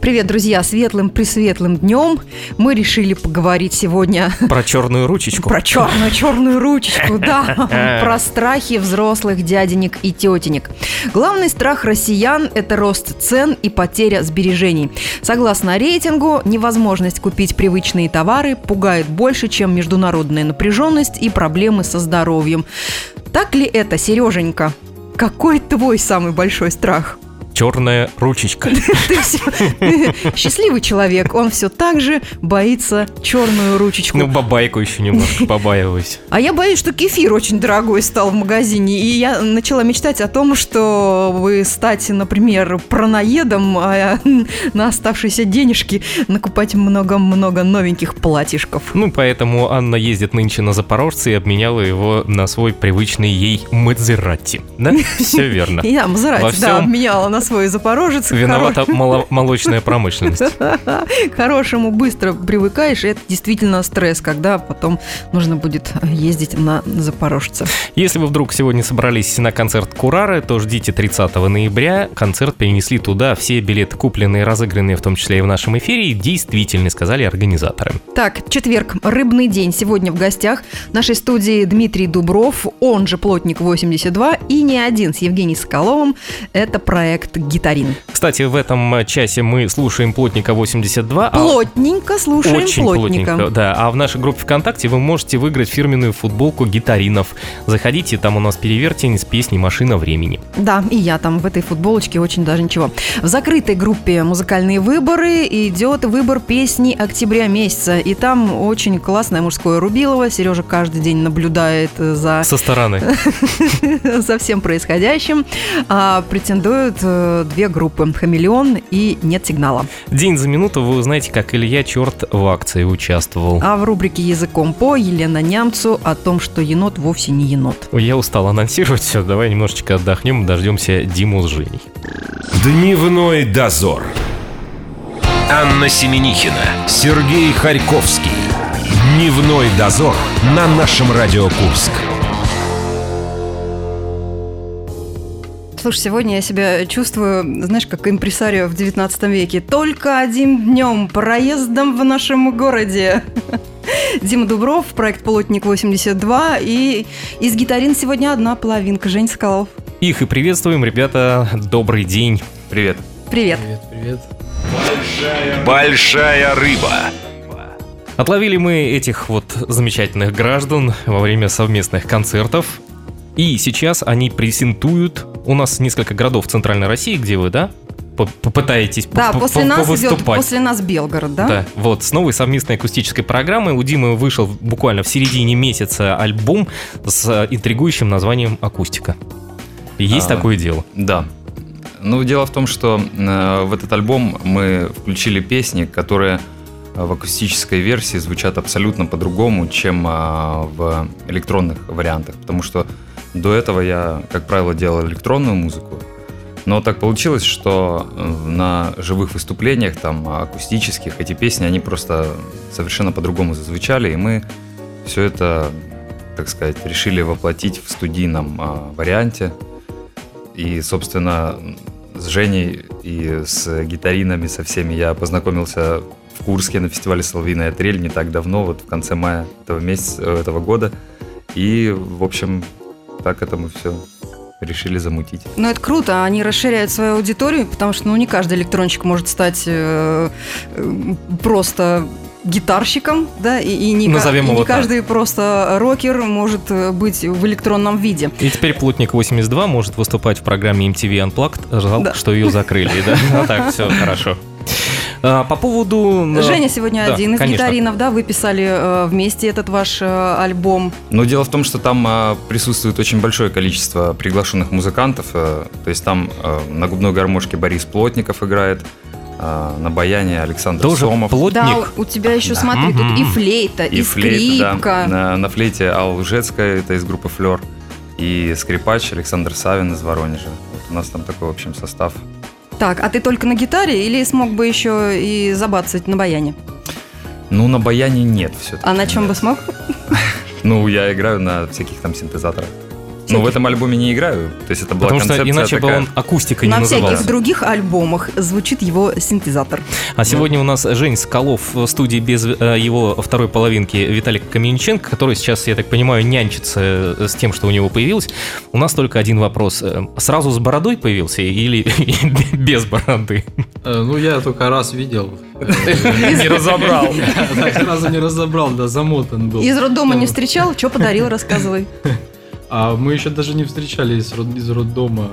Привет, друзья! Светлым пресветлым днем мы решили поговорить сегодня Про черную ручечку. про черную черную ручечку, да, про страхи взрослых дяденек и тетенек. Главный страх россиян – это рост цен и потеря сбережений. Согласно рейтингу, невозможность купить привычные товары пугает больше, чем международная напряженность и проблемы со здоровьем. Так ли это, Сереженька? Какой твой самый большой страх? Черная ручечка. Ты всё- счастливый человек, он все так же боится черную ручечку. Ну, бабайку еще немножко побаиваюсь. А я боюсь, что кефир очень дорогой стал в магазине, и я начала мечтать о том, что вы стать, например, праноедом, а на оставшиеся денежки накупать много-много новеньких платьишков. Ну, поэтому Анна ездит нынче на Запорожце и обменяла его на свой привычный ей Мадзератти. Да? Все верно. Я Мазерати, Во да, всем обменяла на свой запорожец. Виновата моло- молочная промышленность. К хорошему быстро привыкаешь, и это действительно стресс, когда потом нужно будет ездить на запорожце. Если вы вдруг сегодня собрались на концерт Курары, то ждите 30 ноября. Концерт перенесли туда. Все билеты купленные, разыгранные, в том числе и в нашем эфире, действительно сказали организаторы. Так, четверг, рыбный день. Сегодня в гостях в нашей студии Дмитрий Дубров, он же Плотник 82 и не один с Евгением Соколовым. Это проект Гитарин. Кстати, в этом часе мы слушаем Плотника 82. а Плотненько слушаем Очень Плотника. плотненько, да. А в нашей группе ВКонтакте вы можете выиграть фирменную футболку гитаринов. Заходите, там у нас перевертень с песней «Машина времени». Да, и я там в этой футболочке очень даже ничего. В закрытой группе «Музыкальные выборы» идет выбор песни октября месяца. И там очень классное мужское рубилово. Сережа каждый день наблюдает за Со стороны. со всем происходящим а, претендуют э, две группы «Хамелеон» и «Нет сигнала». День за минуту вы узнаете, как Илья Черт в акции участвовал. А в рубрике «Языком по» Елена Нямцу о том, что енот вовсе не енот. Ой, Я устал анонсировать все, давай немножечко отдохнем, дождемся Диму с Женей. Дневной дозор. Анна Семенихина, Сергей Харьковский. Дневной дозор на нашем Радио Курск. Слушай, сегодня я себя чувствую, знаешь, как импресарио в 19 веке. Только одним днем проездом в нашем городе. Дима Дубров, проект «Плотник-82» и из гитарин сегодня одна половинка. Жень Соколов. Их и приветствуем, ребята, добрый день. Привет. Привет. Большая рыба. Отловили мы этих вот замечательных граждан во время совместных концертов. И сейчас они презентуют... У нас несколько городов Центральной России, где вы, да? по- Попытаетесь Да, по- по- после нас идет, повыступать. после нас Белгород, да? Да, вот, с новой совместной акустической программой у Димы вышел буквально в середине месяца альбом с э, интригующим названием «Акустика». И Есть А. такое дело. Да. Ну, дело в том, что э, в этот альбом мы включили песни, которые э, в акустической версии звучат абсолютно по-другому, чем э, в электронных вариантах. Потому что до этого я, как правило, делал электронную музыку. Но так получилось, что э, на живых выступлениях, там, акустических, эти песни, они просто совершенно по-другому зазвучали, и мы все это, так сказать, решили воплотить в студийном э, варианте. И, собственно, с Женей и с гитаринами, со всеми я познакомился в Курске на фестивале «Соловьиная трель» не так давно, вот в конце мая этого месяца, э, этого года. И, в общем, так это мы все решили замутить. Ну, это круто, они расширяют свою аудиторию, потому что, ну, не каждый электронщик может стать э, э, просто гитарщиком, да, и, и не, ка- Назовем и его не так. каждый просто рокер может э, быть в электронном виде. И теперь «Плотник 82» может выступать в программе MTV Unplugged. Жалко, Да. что ее закрыли, да? А так, все хорошо. А, По поводу... э, Женя сегодня да, один из конечно. гитаринов, да, вы писали э, вместе этот ваш э, альбом. Но дело в том, что там а, присутствует очень большое количество приглашенных музыкантов. э, то есть там э, на губной гармошке Борис Плотников играет, а, на баяне Александр Тоже Сомов. плотник. Да, у тебя еще, Да. смотри, тут и Мгм. флейта, и, флейта, скрипка. да. На, на флейте Алла Лужецкая, это из группы Флер. И скрипач Александр Савин из Воронежа. Вот у нас там такой, в общем, состав. Так, а ты только на гитаре или смог бы еще и забацать на баяне? Ну, на баяне нет все-таки. А на чем бы смог? Ну, я играю на всяких там синтезаторах. Но в этом альбоме не играю. То есть это была Потому что концепция иначе бы такая. он акустикой не На назывался. всяких других альбомах звучит его синтезатор. А сегодня у нас Жень Скалов в студии без э, его второй половинки Виталик Каменченко, который сейчас, я так понимаю, нянчится э, с тем, что у него появилось. У нас только один вопрос. Э, Сразу с бородой появился или без бороды? Э, Ну, я только раз видел. Не разобрал. Так сразу не разобрал, да, замотан был. Из роддома не Да. встречал, что подарил, рассказывай. А мы еще даже не встречались род- из роддома.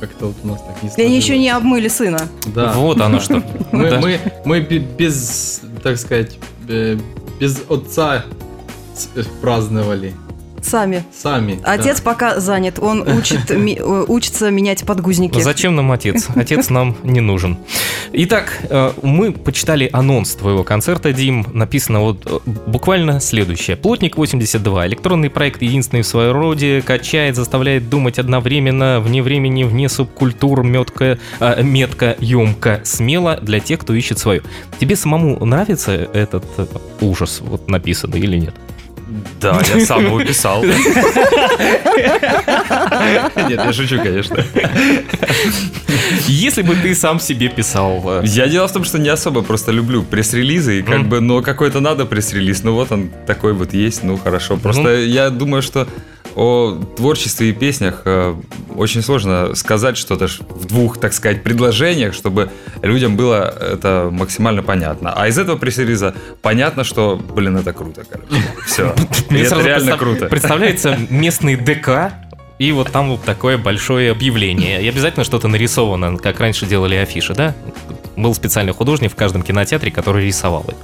Как-то вот у нас так не И они сложилось. еще не обмыли сына. Да. Вот оно что. Мы, Да. мы, мы бе- без, так сказать, э, без отца с- э, праздновали. Сами. Сами. да. Отец пока занят, он учит, ми- э, учится менять подгузники. Зачем нам отец? Отец нам не нужен. Итак, э, мы почитали анонс твоего концерта, Дим. Написано вот э, буквально следующее. Плотник 82. Электронный проект единственный в своем роде. Качает, заставляет думать одновременно, вне времени, вне субкультур, метка, э, метка, емко, смело для тех, кто ищет свое. Тебе самому нравится этот э, ужас вот написанный или нет? Да, я сам его писал. Нет, я шучу, конечно. Если бы ты сам себе писал... э, Я дело в том, что не особо просто люблю пресс-релизы, и как Мгм. бы, но какой-то надо пресс-релиз, ну вот он такой вот есть, ну хорошо. Просто Ну. я думаю, что о творчестве и песнях э, очень сложно сказать что-то ж в двух, так сказать, предложениях, чтобы людям было это максимально понятно. А из этого пресс-релиза понятно, что, блин, это круто, короче. Все. Мне Это сразу реально представ- круто. Представляется местный ДК, и вот там вот такое большое объявление. И обязательно что-то нарисовано, как раньше делали афиши, да? Был специальный художник в каждом кинотеатре, который рисовал их.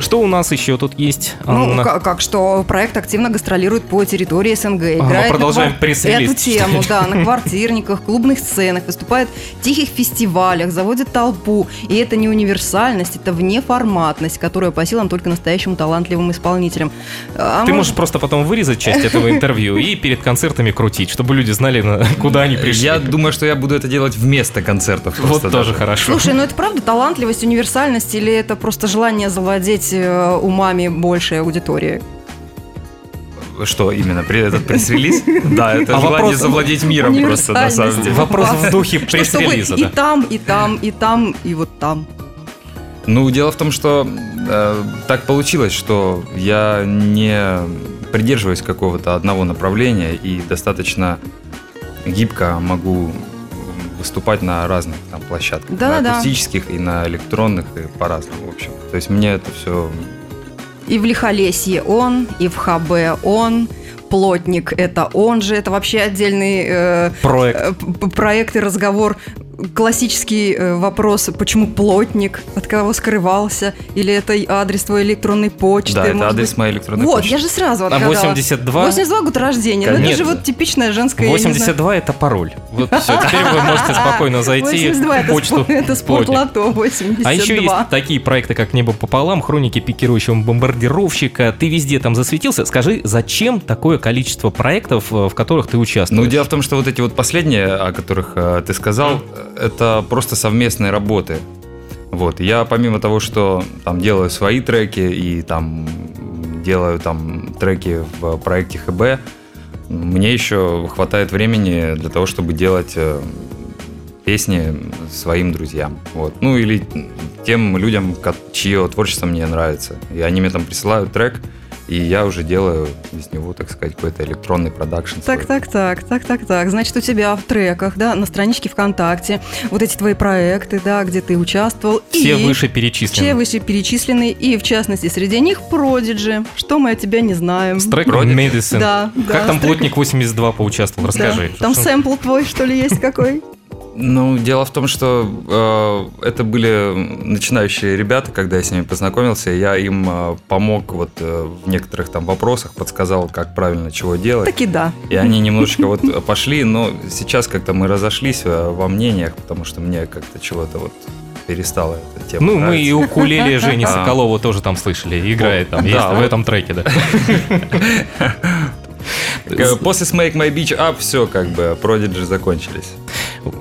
Что у нас еще тут есть? Ну, Анна? ка- как что, проект активно гастролирует по территории СНГ. А мы играет на продолжаем квар- пресс-релиз Эту тему, читать. да, на квартирниках, клубных сценах, выступает в тихих фестивалях, заводит толпу. И это не универсальность, это внеформатность, которая по силам только настоящим талантливым исполнителям. А Ты может- можешь просто потом вырезать часть этого интервью и перед концертами крутить, чтобы люди знали, на- куда они пришли. Я думаю, что я буду это делать вместо концертов. вот просто тоже даже. хорошо. Слушай, ну это правда талантливость, универсальность или это просто желание завладеть э, умами большей аудитории? Что именно? При- Этот пресс-релиз? Да, это А желание вопрос- завладеть миром просто, на самом Универсальность. деле. Вопрос в духе Что, чтобы пресс-релиза, и да. там, и там, и там, и вот там. Ну, дело в том, что э, так получилось, что я не придерживаюсь какого-то одного направления и достаточно гибко могу выступать на разных там площадках. на Да-да-да. акустических и на электронных, и по-разному, в общем. То есть мне это все... И в Лихолесье он, и в ХБ он, плотник это он же, это вообще отдельный э, Проект. э, п- п- проект и разговор. Классический э, вопрос, почему плотник, от кого скрывался, или это и адрес твоей электронной почты. да, это может адрес быть. моей электронной Вот, почты. я же сразу А отгадала. 82? 82 год рождения, ну это Конечно. же вот типичная женская, я не знаю, 82 это пароль. Вот все, теперь вы можете спокойно зайти 82 в это, почту. спор- это спорт Плотник. лото 82. А еще есть такие проекты, как «Небо пополам», «Хроники пикирующего бомбардировщика». Ты везде там засветился. Скажи, зачем такое количество проектов, э, в которых ты Ну, участвуешь? дело в том, что вот эти вот последние, о которых э, ты сказал, э, это просто совместные работы. Вот, я помимо того, что там делаю свои треки и там делаю там треки в проекте ХБ, мне еще хватает времени для того, чтобы делать э, песни своим друзьям. Вот. Ну или тем людям, ко- чье творчество мне нравится. И они мне там присылают трек, и я уже делаю из него, так сказать, какой-то электронный продакшн. свой. Так, так, так, так, так, так. Значит, у тебя в треках, да, на страничке ВКонтакте вот эти твои проекты, да, где ты участвовал. Все и выше Все перечислены. вышеперечисленные, и в частности среди них Продиджи. Что мы о тебе не знаем? С треком Вроде- Medicine. Да, да. Как там с треком- плотник 82 поучаствовал? да. Расскажи. Там Что- сэмпл твой, что ли, есть какой? Ну, дело в том, что э, это были начинающие ребята, когда я с ними познакомился, я им э, помог вот э, в некоторых там вопросах, подсказал, как правильно чего делать. Таки да. И они немножечко вот пошли, но сейчас как-то мы разошлись э, во мнениях, потому что мне как-то чего-то вот перестала эта тема Ну, мы и нравиться. укулеле Жени А. Соколова тоже там слышали. Играет там, Да, есть в вот. этом треке, да. Э, После Smake My Beach Up все как бы, продиджи закончились.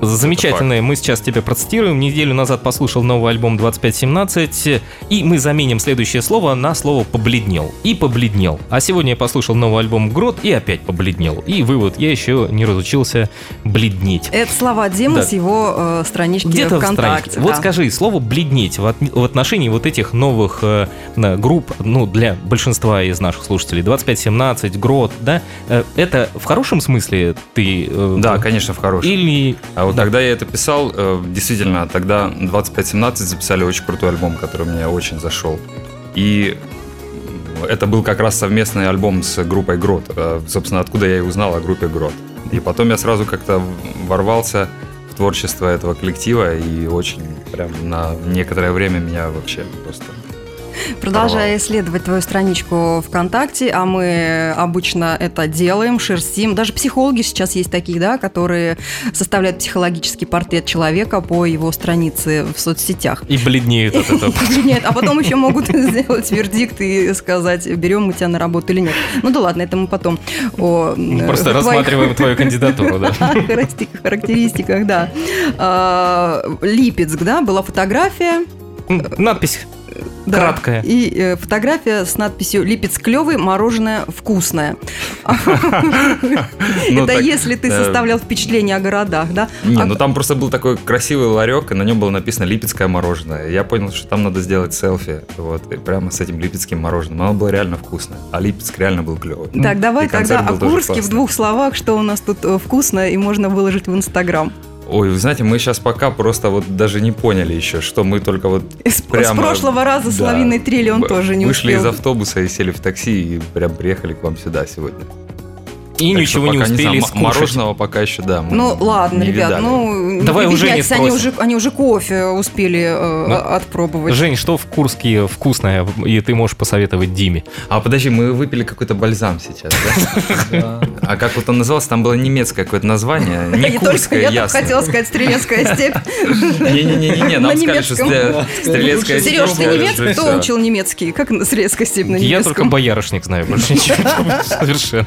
Замечательные. Мы сейчас тебя процитируем. Неделю назад послушал новый альбом 2517. И мы заменим следующее слово на слово «побледнел». И «побледнел». А сегодня я послушал новый альбом «Грот» и опять «побледнел». И вывод, я еще не разучился бледнеть. Это слова Димы Да. с его э, странички Где-то в ВКонтакте. страничке. Вот да. скажи, слово «бледнеть» в, от- в отношении вот этих новых э, на- групп, ну, для большинства из наших слушателей, 25-17, Грот, да, э, это в хорошем смысле ты... э, Да, конечно, в хорошем. Или... А вот да. когда я это писал, э, действительно, тогда 2517 записали очень крутой альбом, который мне очень зашел. И это был как раз совместный альбом с группой Грот. Э, Собственно, откуда я и узнал о группе Грот. И потом я сразу как-то ворвался в творчество этого коллектива и очень прям на некоторое время меня вообще просто... Продолжая исследовать твою страничку ВКонтакте, а мы обычно это делаем, шерстим. Даже психологи сейчас есть такие, да, которые составляют психологический портрет человека по его странице в соцсетях. И бледнеют от этого. Нет, а потом еще могут сделать вердикт и сказать, берем мы тебя на работу или нет. Ну да ладно, это мы потом. О, Мы э, Ну, Просто твоих- рассматриваем твою кандидатуру, да. характеристик- характеристиках, да. А, Липецк, да, была фотография. М, Надпись Да. краткая. И э, фотография с надписью «Липецк клевый, мороженое вкусное». Ну, Это так, если ты э, составлял впечатление о городах, да? Не, А- ну там просто был такой красивый ларек, и на нем было написано «Липецкое мороженое». Я понял, что там надо сделать селфи, вот, и прямо с этим липецким мороженым. Оно было реально вкусное, а Липецк реально был клевый. Так, давай И концерт тогда о был тоже Курске в классный. двух словах, что у нас тут э, вкусно и можно выложить в Инстаграм. Ой, вы знаете, мы сейчас пока просто вот даже не поняли еще, что мы только вот С с Прямо, прошлого раза да. «Соловиной трели» он б- тоже не вышли из успел. автобуса и сели в такси, и прям приехали к вам сюда сегодня. И Так ничего что не пока знаю, успели м- скушать. Мороженого пока еще, да. мы Ну не ладно, ребят, видали. ну не Давай уже не прибедняйтесь, они уже, спросим. они уже кофе успели э, Ну, Да. отпробовать. Жень, что в Курске вкусное, и ты можешь посоветовать Диме? А подожди, мы выпили какой-то бальзам сейчас, да? Да. А как вот он назывался? Там было немецкое какое-то название, Я не не только курское, я так ясно. хотела сказать стрелецкая степь. Не-не-не, На нам сказали, что немецком. стрел- стрелецкая Сереж, ты стёпка, немец? это Кто всё. учил немецкий? Как на стрелецкая степь на Я только немецком? боярышник знаю, больше ничего. Совершенно.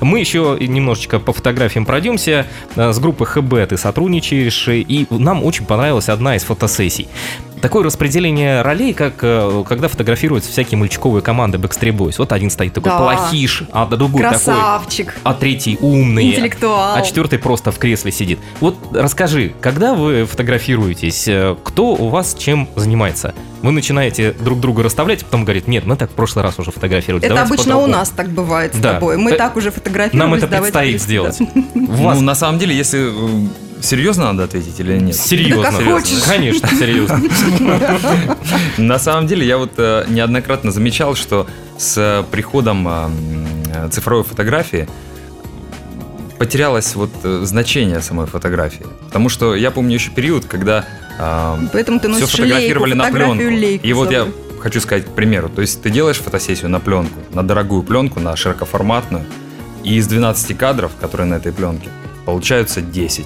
Мы еще немножечко по фотографиям пройдемся. Э, С группы ХБ ты сотрудничаешь, и- и нам очень понравилась одна из фотосессий. Такое распределение ролей, как э, когда фотографируются всякие мальчиковые команды Backstreet Boys. Вот один стоит такой Да. плохиш, а другой такой, Красавчик. а третий умный, Интеллектуал. а четвертый просто в кресле сидит. Вот расскажи, когда вы фотографируетесь, э, кто у вас чем занимается? Вы начинаете друг друга расставлять, потом говорит, нет, мы так в прошлый раз уже фотографировали. Это давайте обычно у по-другому». нас так бывает с Да. тобой. Мы Э, так уже фотографировались. Нам это давайте предстоит пересидим. сделать. Ну, Вас на самом деле, если э, серьезно надо ответить или нет? серьезно. Да как хочешь. Конечно, серьезно. На самом деле, я вот э, неоднократно замечал, что с э, приходом э, м, э, цифровой фотографии потерялось вот э, значение самой фотографии. Потому что я помню еще период, когда э, Поэтому ты все носишь фотографировали лейку, на пленку. фотографию лейку. И вот с я собой. хочу сказать к примеру. То есть ты делаешь фотосессию на пленку, на дорогую пленку, на широкоформатную, и из 12 кадров, которые на этой пленке, получаются 10.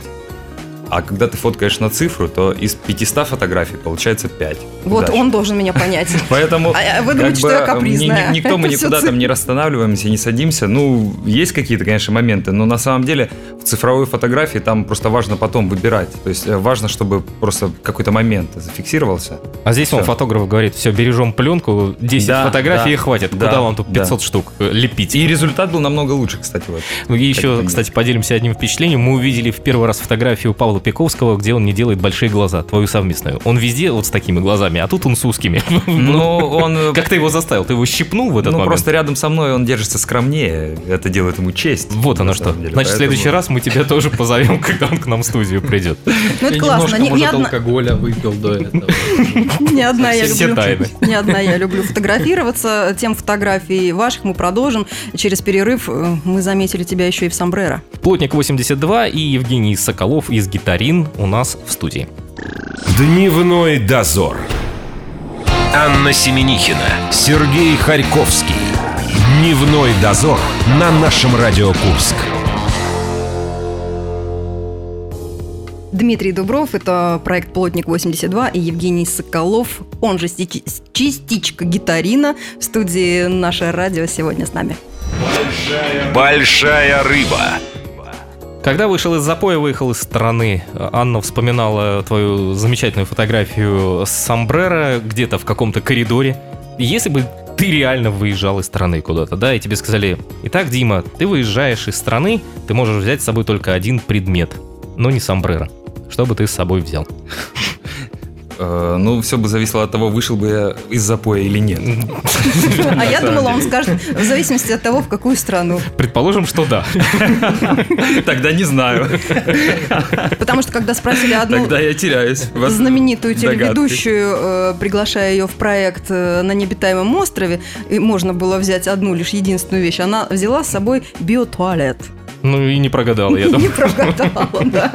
А когда ты фоткаешь на цифру, то из 500 фотографий получается 5. Вот он должен меня понять. Поэтому А, а вы как думаете, что я бы, капризная? ни- ни- никто мы Это всё никуда цирк. там не расстанавливаемся, не садимся. Ну, есть какие-то, конечно, моменты, но на самом деле в цифровой фотографии там просто важно потом выбирать. То есть э, важно, чтобы просто какой-то момент зафиксировался. А здесь он Всё. фотограф говорит, все, бережем пленку, 10 Да, фотографий да, и хватит. да, Куда вам тут 500 штук э, лепить? И результат был намного лучше, кстати. Вот. Ну, И Так еще, и есть. кстати, поделимся одним впечатлением. Мы увидели в первый раз фотографию Павла Пиковского, где он не делает большие глаза, твою совместную. Он везде вот с такими глазами, а тут он с узкими. Но он... э, Как ты его заставил? Ты его щипнул в этот ну, момент? просто рядом со мной он держится скромнее. Это делает ему честь. Вот на оно что. самом деле. Значит, в следующий Поэтому- раз мы тебя тоже позовем, когда он к нам в студию придет. Ну это Я классно. немножко, Ни- Ни может, одна- алкоголя выпил до этого. ни одна я Все люблю. тайны. Не одна я люблю фотографироваться. Тем фотографий ваших мы продолжим. Через перерыв э, мы заметили тебя еще и в Самбреро. Плотник 82 и Евгений Соколов из Гитарин у нас в студии. Дневной дозор. Анна Семенихина, Сергей Харьковский. Дневной дозор на нашем Радио Курск. Дмитрий Дубров, это проект «Плотник-82» и Евгений Соколов, он же стити- частичка гитарина в студии «Наше радио» сегодня с нами. Большая рыба. Когда вышел из запоя, выехал из страны. Анна вспоминала твою замечательную фотографию с сомбреро где-то в каком-то коридоре. Если бы ты реально выезжал из страны куда-то, да, и тебе сказали, итак, Дима, ты выезжаешь из страны, ты можешь взять с собой только один предмет, но не сомбреро. Что бы ты с собой взял? Э, ну, все бы зависело от того, вышел бы я из запоя или нет. А я думала, он скажет, в зависимости от того, в какую страну. Предположим, что да. Тогда не знаю. Потому что, когда спросили одну Тогда я теряюсь. в вас- Ну, знаменитую догадки. телеведущую, э, приглашая ее в проект э, на необитаемом острове, и можно было взять одну лишь единственную вещь, она взяла с собой биотуалет. Ну и не прогадал, я Не думаю. прогадала, да.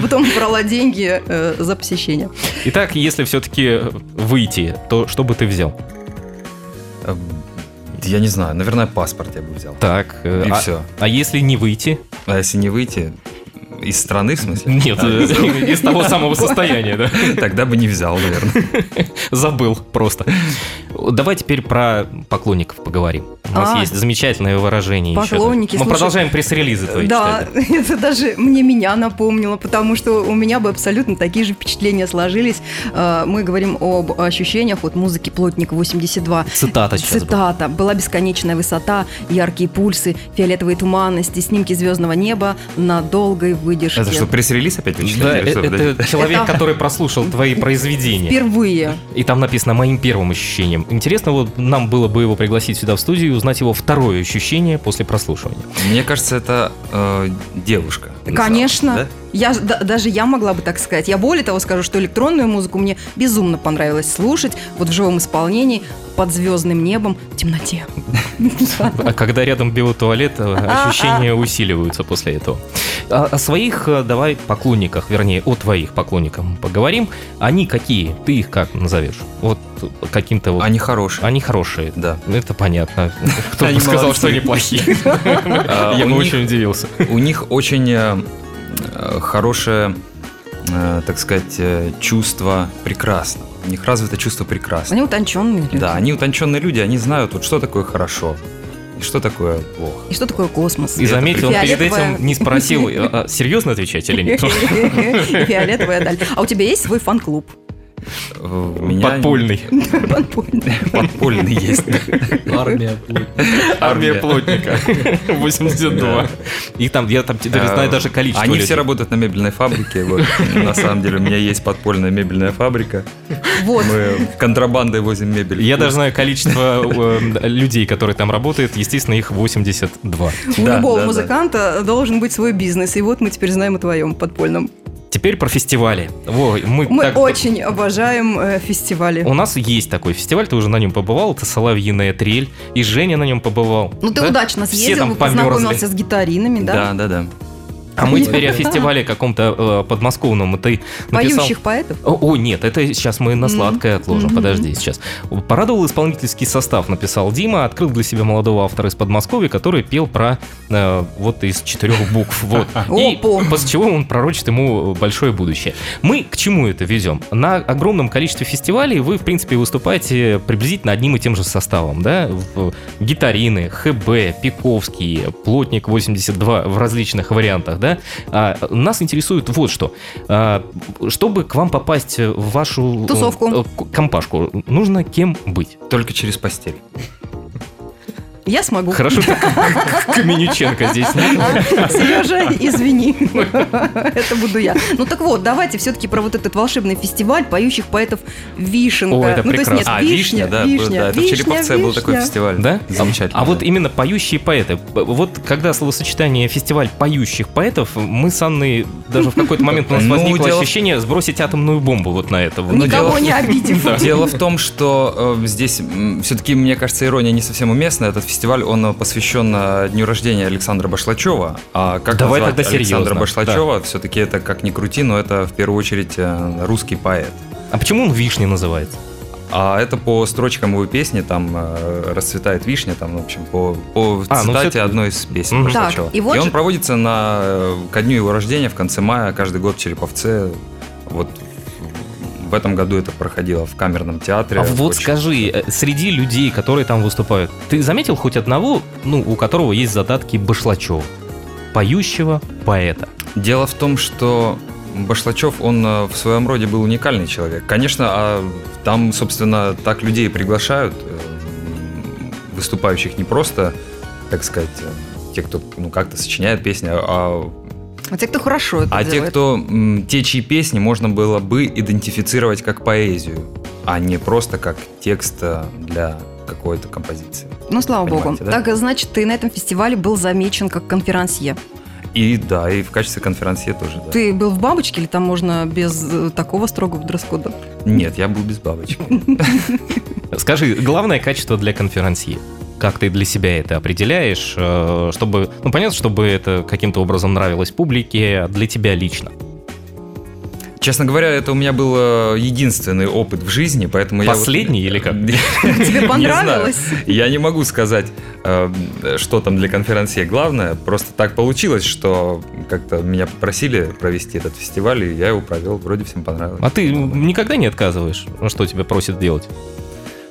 Потом брала деньги э, за посещение. Итак, если все-таки выйти, то что бы ты взял? Э, Я не знаю, наверное, паспорт я бы взял. Так, э, И а- все. А если не выйти? А если не выйти, из страны, в смысле? Нет, э, из того самого состояния, да? Тогда бы не взял, наверное. Забыл просто. Давай теперь про поклонников поговорим. У нас А. есть замечательное выражение ещё. Поклонники, Мы слушай. продолжаем пресс-релизы твои Да, читать. это даже мне меня напомнило, потому что у меня бы абсолютно такие же впечатления сложились. Э, Мы говорим об ощущениях от музыки «Плотник 82». Цитата сейчас. будет. Цитата. «Была бесконечная высота, яркие пульсы, фиолетовые туманности, снимки звездного неба на долгой выдержке». Это что, пресс-релиз опять вычитали? Да, Или э- что, подожди? это человек, который прослушал твои произведения. Впервые. И там написано «Моим первым ощущением». Интересно, вот нам было бы его пригласить сюда в студию и узнать его второе ощущение после прослушивания. Мне кажется, это э, девушка. написала, Конечно. да? Я, ж- да- даже я могла бы так сказать. Я более того скажу, что электронную музыку мне безумно понравилось слушать вот в живом исполнении под звездным небом в темноте. А когда рядом биотуалет, э, ощущения усиливаются после этого. А О своих, э, давай, поклонниках, вернее, о твоих поклонниках мы поговорим. Они какие? Ты их как назовешь? Вот каким-то вот... Они хорошие. Они хорошие. Да. Это понятно. Кто бы Они сказал, молодцы. что они плохие? А, Я у бы них- очень удивился. У них очень э, э, хорошее, э, так сказать, э, чувство прекрасного. У них развито чувство прекрасного. Они утонченные. люди. Да, они утонченные люди, они знают, вот что такое хорошо и что такое плохо. И что такое космос? И заметил, он перед Фиолетовая. этим не спросил, а, а, серьезно отвечать или нет. И Фиолетовая даль. А у тебя есть свой фан-клуб? Э, у меня Подпольный. Фан-клуб. Подпольный есть. Армия плотников. Армия Армия. плотника. 82. И там, я там теперь знаю Э, даже количество Они людей. все работают на мебельной фабрике. вот. На самом деле у меня есть подпольная мебельная фабрика. Вот. Мы контрабандой возим мебель. Я даже знаю количество э, людей, которые там работают. Естественно, их 82. У Да, любого да, да. музыканта должен быть свой бизнес. И вот мы теперь знаем о твоем подпольном. Теперь про фестивали. Во, мы Мы так- очень обожаем э, фестивали. У нас есть такой фестиваль, ты уже на нем побывал, это «Соловьиная трель», и Женя на нем побывал. Ну ты да? удачно Все съездил, там познакомился помёрзли. с гитаринами, Да, да? да, да. А мы теперь о фестивале каком-то э, подмосковном, и ты написал... Поющих поэтов. О, о, нет, это сейчас мы на Мгм. сладкое отложим, Мгм. подожди сейчас. Порадовал исполнительский состав, написал Дима, открыл для себя молодого автора из Подмосковья, который пел про э, вот из четырех букв. Вот. И Опа. после чего он пророчит ему большое будущее. Мы к чему это ведем? На огромном количестве фестивалей вы, в принципе, выступаете приблизительно одним и тем же составом, да? В- э, Гитарины, ХБ, Пиковский, Плотник 82 в различных вариантах, да? А нас интересует вот что. А, чтобы к вам попасть в вашу... Тусовку. э, к- компашку, нужно кем быть? Только через постель. Я смогу. Хорошо, что К- Каменюченко здесь нет. Сережа, извини. Это буду я. Ну так вот, давайте все-таки про вот этот волшебный фестиваль поющих поэтов Вишенка. О, это ну, то есть, нет, прекрасно. А, вишня, вишня, да. вишня, да, Это в вишня, Череповце был такой вишня. фестиваль. Да? Замечательно. А вот да. именно поющие поэты. Б- Вот когда словосочетание «фестиваль поющих поэтов», мы с Анной даже в какой-то момент у нас Ну, возникло дело- ощущение сбросить атомную бомбу вот на это. вот. Ну, Никого дело- не обидев. Дело в том, что э, здесь все-таки, мне кажется, ирония не совсем уместна. Этот фестиваль, он э, посвящен э, дню рождения Александра Башлачева. А как Давай назвать тогда серьезно, Александра Башлачева? Все-таки это, как ни крути, но это в первую очередь э, русский поэт. А почему он «Вишня» называется? А это по строчкам его песни, там э, расцветает вишня, там, в общем, по, по А, ну цитате всё- одной из песен Мгм. Башлачева. Так, и и, вот же- он проводится на, э, ко дню его рождения в конце мая, каждый год в Череповце. Вот в этом году это проходило в камерном театре. А вот Очень- скажи, э, среди людей, которые там выступают, ты заметил хоть одного, ну, у которого есть задатки Башлачева? поющего поэта. Дело в том, что Башлачев, он э, в своем роде был уникальный человек. Конечно, а там, собственно, так людей и приглашают, э, выступающих не просто, так сказать, э, те, кто ну, как-то сочиняет песни, а А те, кто хорошо это а те, делает. кто м, те, чьи песни можно было бы идентифицировать как поэзию, а не просто как текст э, для какой-то композиции. Ну, слава богу. Понимаете, да? Так, значит, ты на этом фестивале был замечен как конферансье. И да, и в качестве конференции тоже, да. Ты был в бабочке или там можно без э, такого строгого дресс-кода? Нет, я был без бабочки. Скажи, главное качество для конферансье. Как ты для себя это определяешь, э, чтобы, ну понятно, чтобы это каким-то образом нравилось публике, а для тебя лично. Честно говоря, это у меня был э, единственный опыт в жизни, поэтому я... вот- Последний или как? Тебе понравилось? Я не могу сказать, э, что там для конференции главное. Просто так получилось, что как-то меня попросили провести этот фестиваль, и я его провел. Вроде всем понравилось. А ты никогда не отказываешь, Ну, что тебя просят делать?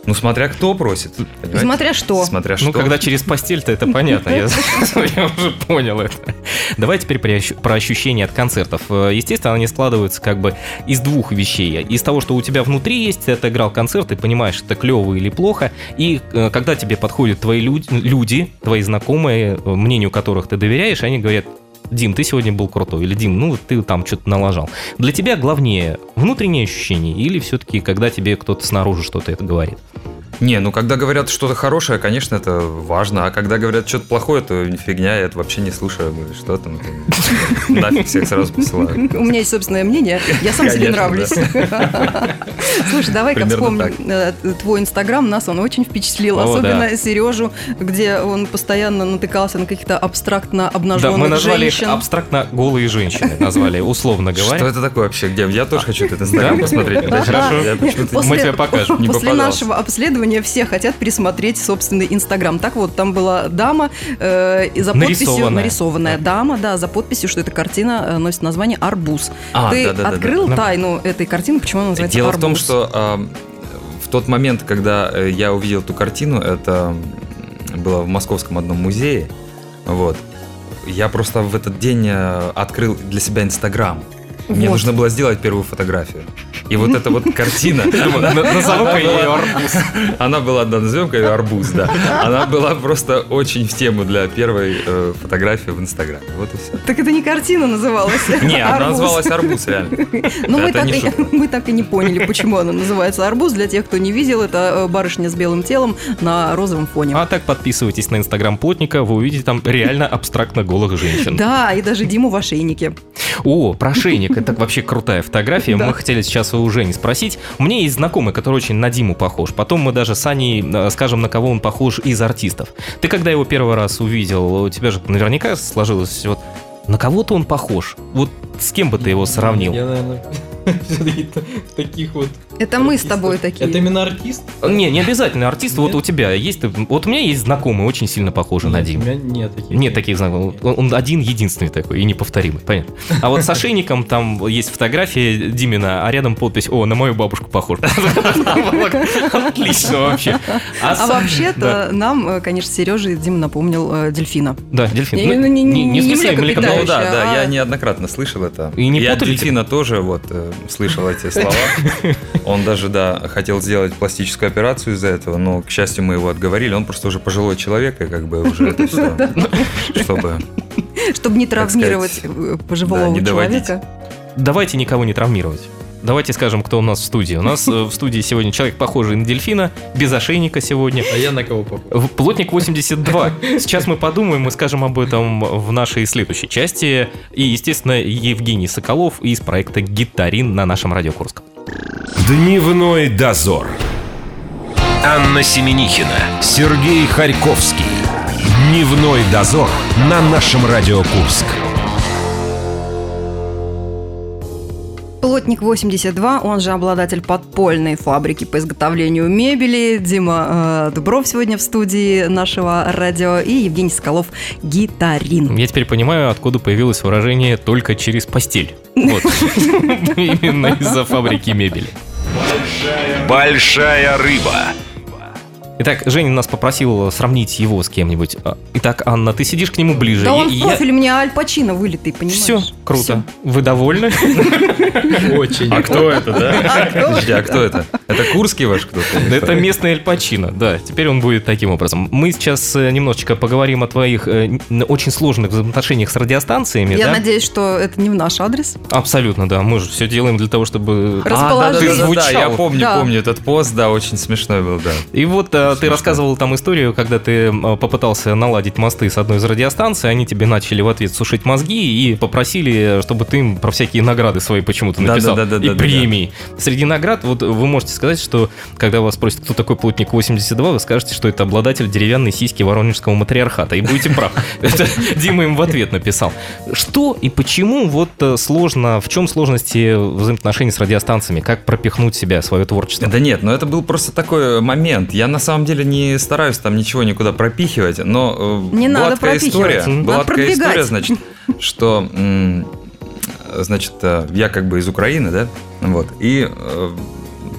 Ну, смотря кто просит. понимаете? Смотря что. Смотря что. Ну, когда через постель-то это понятно, я я уже понял это. Давай теперь при ощу- про ощущения от концертов. Э, Естественно, они складываются как бы из двух вещей. Из того, что у тебя внутри есть, ты отыграл концерт, ты понимаешь, это клево или плохо, и э, когда тебе подходят твои люд- люди, твои знакомые, э, мнению которых ты доверяешь, они говорят, Дим, ты сегодня был крутой, или Дим, ну ты там что-то налажал. Для тебя главнее внутренние ощущения или все-таки когда тебе кто-то снаружи что-то это говорит? Не, ну когда говорят что-то хорошее, конечно, это важно. А когда говорят что-то плохое, то фигня, я это вообще не слушаю. Ну, Что там? Нафиг всех сразу посылаю. У меня есть собственное мнение. Я сам себе Конечно, нравлюсь. Слушай, давай-ка Примерно вспомним так. э, твой инстаграм. Нас он очень впечатлил. О, Особенно да. Сережу, где он постоянно натыкался на каких-то абстрактно Да, мы обнаженных назвали их женщин. абстрактно голые женщины, назвали, условно говоря. Что это такое вообще? Где? Я тоже хочу этот инстаграм А. Да? посмотреть. Да, хорошо. Я почему-то Мы тебе покажем, не после попадался. нашего обследования все хотят пересмотреть собственный Инстаграм. Так вот, там была дама э, и за подписью Нарисованная. нарисованная дама, да, за подписью, что эта картина э, носит название Арбуз. А, Ты да-да-да-да. открыл Да. тайну этой картины, почему она называется Дело Арбуз? в том, что а, в тот момент, когда э, я увидел эту картину, это м, было в московском одном музее, вот, я просто в этот день э, открыл для себя Инстаграм. Мне Вот. нужно было сделать первую фотографию. И вот эта вот картина, На- Назову-ка ее арбуз. она была, да, назовем ее арбуз, да. Она была просто очень в тему для первой э, фотографии в Инстаграм. Вот и все. Так это не картина называлась. Не, она «Арбуз». называлась арбуз, реально. Но Да, мы это так, не и, шутка. мы так и не поняли, почему она называется арбуз. Для тех, кто не видел, это э, барышня с белым телом на розовом фоне. А так подписывайтесь на инстаграм Плотника, вы увидите там реально абстрактно голых женщин. Да, и даже Диму в ошейнике. О, про шейник, это вообще крутая фотография, Да. мы хотели сейчас у Жени спросить. У меня есть знакомый, который очень на Диму похож, потом мы даже с Аней э, скажем, на кого он похож из артистов. Ты когда его первый раз увидел, у тебя же наверняка сложилось вот на кого-то он похож. Вот с кем бы ты его сравнил? Я, наверное, всё-таки таких вот... Это А мы с артистов. тобой такие. Это именно артист? Э, Не, не обязательно. Артист, вот Нет? у тебя есть. ты- Вот у меня есть знакомый, очень сильно похожий на У Диму. меня нет таких. Нет таких знакомых. Он, он один единственный такой и неповторимый, понятно. А вот с ошейником там есть фотография Димина, а рядом подпись «О, на мою бабушку похож». Отлично вообще. А с- вообще-то нам, э, конечно, Сережа и Дима напомнил э, дельфина. Да, да, дельфин. Не- Ну, не- не- не в смысле млекопитающий, млекопитающий. Ну да, Короче, да, а- я неоднократно слышал это. И не я от путали дельфина тоже вот э, слышал эти слова. Он даже, да, хотел сделать пластическую операцию из-за этого, но, к счастью, мы его отговорили. Он просто уже пожилой человек, и как бы уже это все, чтобы... Чтобы не Так травмировать сказать, э, пожилого да, не доводить. человека. Давайте никого не травмировать. Давайте скажем, кто у нас в студии. У нас э, в студии сегодня человек, похожий на дельфина, без ошейника сегодня. А я на кого похож? В- Плотник 82. Сейчас мы подумаем и скажем об этом в нашей следующей части. И, естественно, Евгений Соколов из проекта «Гитарин» на нашем радио Курск. Дневной дозор. Анна Семенихина, Сергей Харьковский. Дневной дозор на нашем Радио Курск. Плотник 82, он же обладатель подпольной фабрики по изготовлению мебели. Дима э, Дубров сегодня в студии нашего радио и Евгений Соколов гитарин. Я теперь понимаю, откуда появилось выражение «только через постель». Вот. Именно из-за фабрики мебели. Большая рыба. Итак, Женя нас попросил сравнить его с кем-нибудь. А, Итак, Анна, ты сидишь к нему ближе. Да и- он и в я- профиль мне Аль Пачино вылитый, понимаешь? Все, круто. Вы довольны? Очень. А кто это, да? Подожди, а кто это? Это Курский ваш кто-то? или Да что? Это местный Эль Пачино, да. Теперь он будет таким образом. Мы сейчас э, немножечко поговорим о твоих э, н- очень сложных взаимоотношениях с радиостанциями, Я да? надеюсь, что это не в наш адрес. Абсолютно, да. Мы же все делаем для того, чтобы... Раз- расположил. А, да, да, да, да, я Звучал. помню, Да. помню этот пост, да, очень смешной был, да. И вот э, ты Слушай. рассказывал там историю, когда ты э, попытался наладить мосты с одной из радиостанций, они тебе начали в ответ сушить мозги и попросили, э, чтобы ты им про всякие награды свои почему-то Да, написал. да, да, да, и да, да. премии. Среди наград, вот вы можете сказать, что когда вас спросят, кто такой плотник 82, вы скажете, что это обладатель деревянной сиськи Воронежского матриархата. И будете прав. Это Дима им в ответ написал. Что и почему вот э, сложно, в чем сложности взаимоотношений с радиостанциями? Как пропихнуть себя, свое творчество? Да нет, но это был просто такой момент. Я на самом деле не стараюсь там ничего никуда пропихивать, но э, Не была надо такая пропихивать, история. надо Была такая продвигать. история, значит, что м, э, значит, э, я как бы из Украины, да, вот, и э,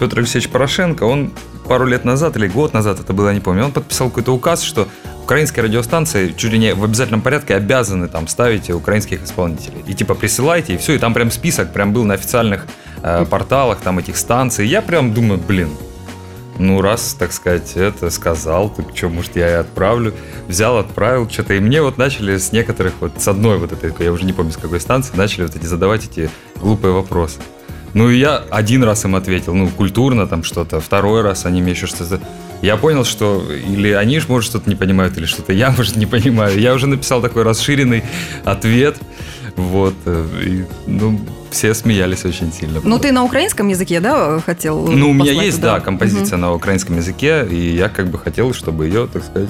Петр Алексеевич Порошенко, он пару лет назад или год назад, это было, я не помню, он подписал какой-то указ, что украинские радиостанции чуть ли не в обязательном порядке обязаны там ставить украинских исполнителей. И типа присылайте, и все, и там прям список прям был на официальных э, порталах там этих станций. Я прям думаю, блин, ну, раз, так сказать, это сказал, так что, может, я и отправлю. Взял, отправил что-то. И мне вот начали с некоторых, вот с одной вот этой, я уже не помню, с какой станции, начали вот эти задавать эти глупые вопросы. Ну, и я один раз им ответил, ну, культурно там что-то, второй раз они мне еще что-то... Я понял, что или они ж, может, что-то не понимают, или что-то я, может, не понимаю. Я уже написал такой расширенный ответ, вот, э, и, ну, все смеялись очень сильно. Ну, ты на украинском языке, да, э, хотел? Ну, у меня послать есть, туда? да, композиция на украинском языке, и я как бы хотел, чтобы ее, так сказать,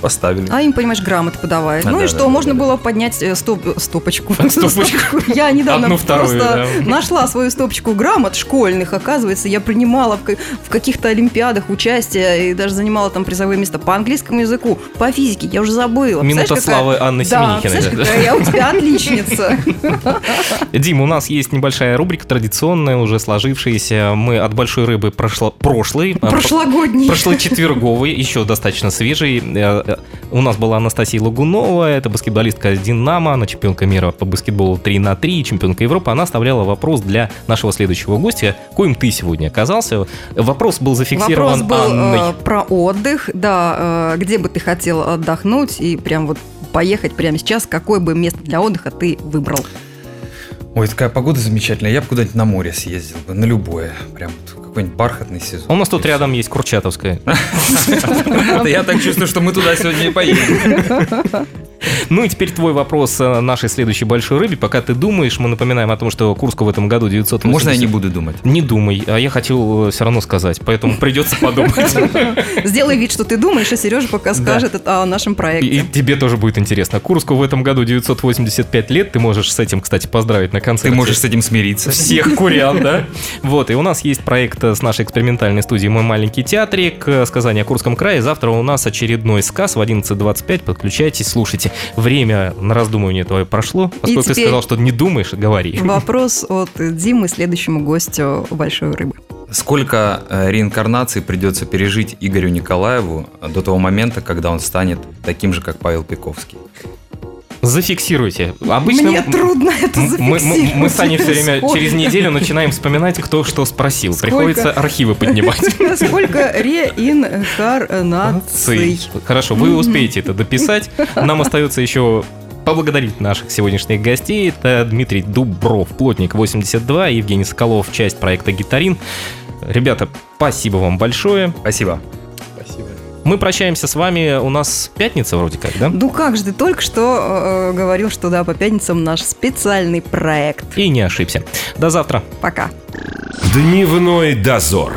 поставили. Мгм. А им, понимаешь, грамоты подавай. А, ну и да, что, да, да, можно да. было поднять э, стоп- стопочку. Стопочку. Я недавно Одну, вторую, просто да. нашла свою стопочку грамот школьных. Оказывается, я принимала в ка- в каких-то олимпиадах участие и даже занимала там призовые места по английскому языку, по физике. Я уже забыла. Минута Представляешь, какая- славы Анны Да, Семенихиной. представляешь, какая я у тебя отличница. Дим, у нас есть небольшая рубрика, традиционная, уже сложившаяся. Мы от большой рыбы прошло, прошлый, а, Прошлогодний. прошлочетверговый, еще достаточно свежий. Э, э, У нас была Анастасия Лагунова, это баскетболистка из «Динамо», она чемпионка мира по баскетболу 3 на 3, чемпионка Европы. Она оставляла вопрос для нашего следующего гостя, коим ты сегодня оказался. Вопрос был Вопрос зафиксирован был Анной. э, про отдых, да, э, где бы ты хотел отдохнуть и прям вот поехать прямо сейчас, какое бы место для отдыха ты выбрал? Ой, такая погода замечательная. Я бы куда-нибудь на море съездил бы, на любое. Прям вот какой-нибудь бархатный сезон. У нас тут И всё. рядом есть Курчатовская. Я так чувствую, что мы туда сегодня и поедем. Ну и теперь твой вопрос э, нашей следующей большой рыбе. Пока ты думаешь, мы напоминаем о том, что Курску в этом году 900 Можно я не буду думать? Не думай, а я хотел все равно сказать, поэтому придется подумать. Сделай вид, что ты думаешь, а Сережа пока Да. скажет это о нашем И, и проекте. тебе тоже будет интересно. Курску в этом году 985 лет. Ты можешь с этим, кстати, поздравить на концерте. Ты можешь э, с этим смириться. всех курян, да? Вот, и у нас есть проект э, с нашей экспериментальной студией «Мой маленький театрик», э, сказание о Курском крае. Завтра у нас очередной сказ в 11.25. Подключайтесь, слушайте. Время на раздумывание твое прошло. Поскольку ты теперь- сказал, что не думаешь, говори. Вопрос от Димы следующему гостю большой рыбы. Сколько э, реинкарнаций придется пережить Игорю Николаеву до того момента, когда он станет таким же, как Павел Пиковский? Зафиксируйте. Обычно Мне м- трудно это м- мы- зафиксировать. мы, мы с Аней все время Сколько- через неделю начинаем вспоминать, кто что спросил. Сколько? Приходится архивы поднимать. Сколько реинкарнаций? Цый. Хорошо, вы успеете это дописать. Нам остается еще поблагодарить наших сегодняшних гостей. Это Дмитрий Дубров, Плотник 82, и Евгений Соколов, часть проекта «Гитарин». Ребята, спасибо вам большое. Спасибо. Спасибо. Мы прощаемся с вами. У нас пятница вроде как, да? Ну как же, ты только что э, говорил, что да, по пятницам наш специальный проект. И не ошибся. До завтра. Пока. Дневной дозор.